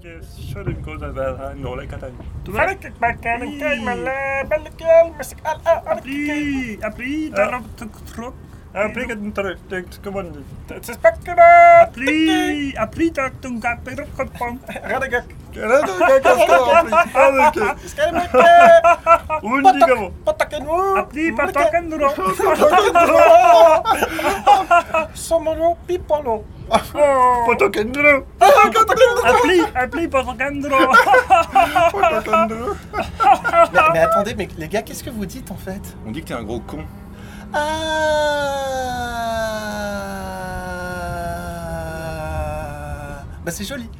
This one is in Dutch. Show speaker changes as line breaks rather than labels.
je schudden kunnen wel aan nolle katten.
Verrekijk maar, kan ik kijk maar, ben ik al, mis ik al, al, al,
Apprie, apprie,
dan
dan
op
op de klok. Apprie, het terug, denkt gewoon.
Het is pakken,
Apprie, apprie, dat toen gaat bij de kapon.
Radekijk,
Kijk, dat is klaar,
is geen mekke,
Hoe die
patak,
gewoon.
patak en hoe,
Apprie, patakken erop.
sommero, pipolo,
Patakken erop. Apprie, apprie, patakken erop.
mais, mais attendez, mais les gars, qu'est-ce que vous dites en fait
On dit que t'es un gros con.
Ah Bah c'est joli.